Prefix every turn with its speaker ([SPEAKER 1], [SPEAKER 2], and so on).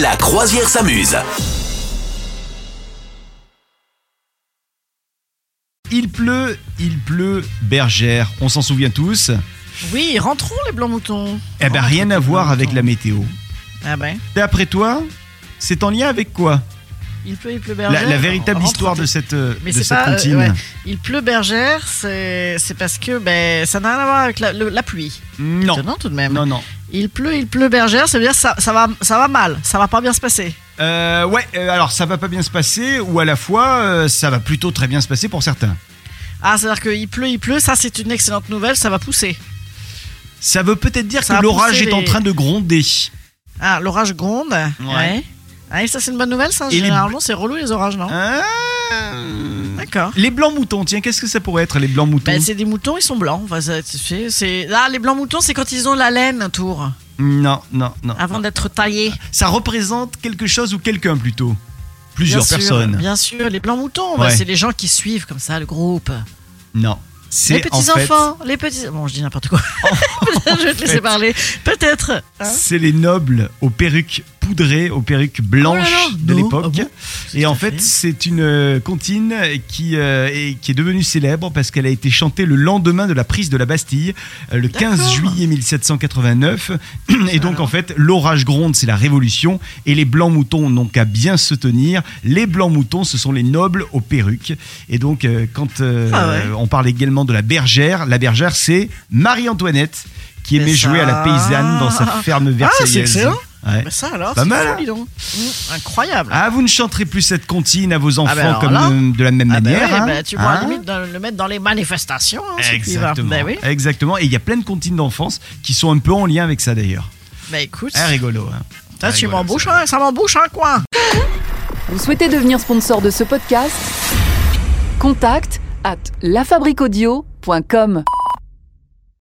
[SPEAKER 1] La croisière s'amuse.
[SPEAKER 2] Il pleut, il pleut, bergère, on s'en souvient tous.
[SPEAKER 3] Oui, rentrons les blancs moutons.
[SPEAKER 2] Eh ben
[SPEAKER 3] Rentrons
[SPEAKER 2] rien
[SPEAKER 3] les
[SPEAKER 2] à
[SPEAKER 3] blancs
[SPEAKER 2] voir avec
[SPEAKER 3] moutons.
[SPEAKER 2] la météo.
[SPEAKER 3] Ah ben,
[SPEAKER 2] D'après toi, c'est en lien avec quoi
[SPEAKER 3] il pleut, il pleut
[SPEAKER 2] la,
[SPEAKER 3] bergère.
[SPEAKER 2] la véritable
[SPEAKER 3] Rentrons
[SPEAKER 2] histoire
[SPEAKER 3] tous.
[SPEAKER 2] de cette, euh,
[SPEAKER 3] Mais
[SPEAKER 2] de
[SPEAKER 3] c'est
[SPEAKER 2] cette
[SPEAKER 3] pas, euh,
[SPEAKER 2] comptine.
[SPEAKER 3] ouais. Il pleut bergère, c'est c'est parce que ben, ça n'a rien à voir avec la, le- la pluie.
[SPEAKER 2] Non,
[SPEAKER 3] Étonnant tout de même.
[SPEAKER 2] non, non.
[SPEAKER 3] Il pleut, il pleut bergère, ça veut dire ça, ça, va, ça va mal, ça va pas bien se passer.
[SPEAKER 2] Euh, ouais, euh, alors ça va pas bien se passer, ou à la fois, euh, ça va plutôt très bien se passer pour certains.
[SPEAKER 3] Ah, c'est-à-dire qu'il pleut, il pleut, ça c'est une excellente nouvelle, ça va pousser.
[SPEAKER 2] Ça veut peut-être dire
[SPEAKER 3] Ça
[SPEAKER 2] que
[SPEAKER 3] a
[SPEAKER 2] l'orage
[SPEAKER 3] poussé
[SPEAKER 2] est en
[SPEAKER 3] les-
[SPEAKER 2] train de gronder.
[SPEAKER 3] Ah, l'orage gronde. Ah, et ça c'est une bonne nouvelle, ça
[SPEAKER 2] Et les-
[SPEAKER 3] Généralement c'est relou les orages, non
[SPEAKER 2] Ah.
[SPEAKER 3] D'accord.
[SPEAKER 2] Hein? Les blancs moutons, tiens, qu'est-ce que ça pourrait être, les blancs moutons
[SPEAKER 3] Ben, c'est des moutons, ils sont blancs. Enfin, ça, tu sais, c'est- Ah, les blancs moutons, c'est quand ils ont la laine autour,
[SPEAKER 2] Non, non, non.
[SPEAKER 3] avant d'être taillés.
[SPEAKER 2] ça représente quelque chose ou quelqu'un plutôt Plusieurs
[SPEAKER 3] Bien sûr,
[SPEAKER 2] personnes.
[SPEAKER 3] bien sûr, les blancs moutons, bah,
[SPEAKER 2] Ouais.
[SPEAKER 3] c'est les gens qui suivent comme ça le groupe.
[SPEAKER 2] Non.
[SPEAKER 3] Les
[SPEAKER 2] C'est en
[SPEAKER 3] petits
[SPEAKER 2] fait, Oh,
[SPEAKER 3] enfants, les petits. Bon, je dis n'importe quoi. je vais te laisser
[SPEAKER 2] fait.
[SPEAKER 3] parler. Peut-être. hein.
[SPEAKER 2] C'est les nobles aux perruques poudrées, aux perruques
[SPEAKER 3] Oh là
[SPEAKER 2] blanches
[SPEAKER 3] là,
[SPEAKER 2] de
[SPEAKER 3] non,
[SPEAKER 2] l'époque.
[SPEAKER 3] ah bon
[SPEAKER 2] Et en
[SPEAKER 3] Tout à
[SPEAKER 2] fait, c'est une euh, comptine qui, euh, est, qui est devenue célèbre parce qu'elle a été chantée le lendemain de la prise de la Bastille, euh, le 15
[SPEAKER 3] D'accord.
[SPEAKER 2] juillet 1789. Et donc, en fait, l'orage gronde, c'est la révolution. Et les blancs moutons n'ont qu'à bien se tenir. Les blancs moutons, ce sont les nobles aux perruques. Et donc, euh, quand euh,
[SPEAKER 3] Ah ouais.
[SPEAKER 2] on parle également de la bergère, la bergère, c'est Marie-Antoinette qui
[SPEAKER 3] Mais
[SPEAKER 2] aimait jouer à la
[SPEAKER 3] Ben ça-
[SPEAKER 2] paysanne dans sa ferme
[SPEAKER 3] Ah,
[SPEAKER 2] versaillaise.
[SPEAKER 3] c'est excellent.
[SPEAKER 2] Ouais.
[SPEAKER 3] Bah, ça alors,
[SPEAKER 2] Pas
[SPEAKER 3] c'est
[SPEAKER 2] mal,
[SPEAKER 3] fou,
[SPEAKER 2] hein.
[SPEAKER 3] dis donc. Mmh, incroyable.
[SPEAKER 2] Ah, vous ne chanterez plus cette comptine à vos enfants
[SPEAKER 3] ben alors
[SPEAKER 2] comme
[SPEAKER 3] là.
[SPEAKER 2] euh, de la même
[SPEAKER 3] Ah, bah
[SPEAKER 2] manière.
[SPEAKER 3] ouais,
[SPEAKER 2] hein.
[SPEAKER 3] bah, tu pourras
[SPEAKER 2] Hein
[SPEAKER 3] limite dans- le mettre dans les manifestations. hein, si tu y vas.
[SPEAKER 2] Exactement.
[SPEAKER 3] Bah oui.
[SPEAKER 2] Exactement. Et il y a plein de comptines d'enfance qui sont un peu en lien avec ça d'ailleurs.
[SPEAKER 3] Bah écoute,
[SPEAKER 2] Ah, rigolo. hein.
[SPEAKER 3] là,
[SPEAKER 2] Ah,
[SPEAKER 3] tu
[SPEAKER 2] rigolo,
[SPEAKER 3] m'embouches,
[SPEAKER 2] ça.
[SPEAKER 3] hein, ça m'embouche un coin.
[SPEAKER 4] Vous souhaitez devenir sponsor de ce podcast Contact à lafabriquaudio.com.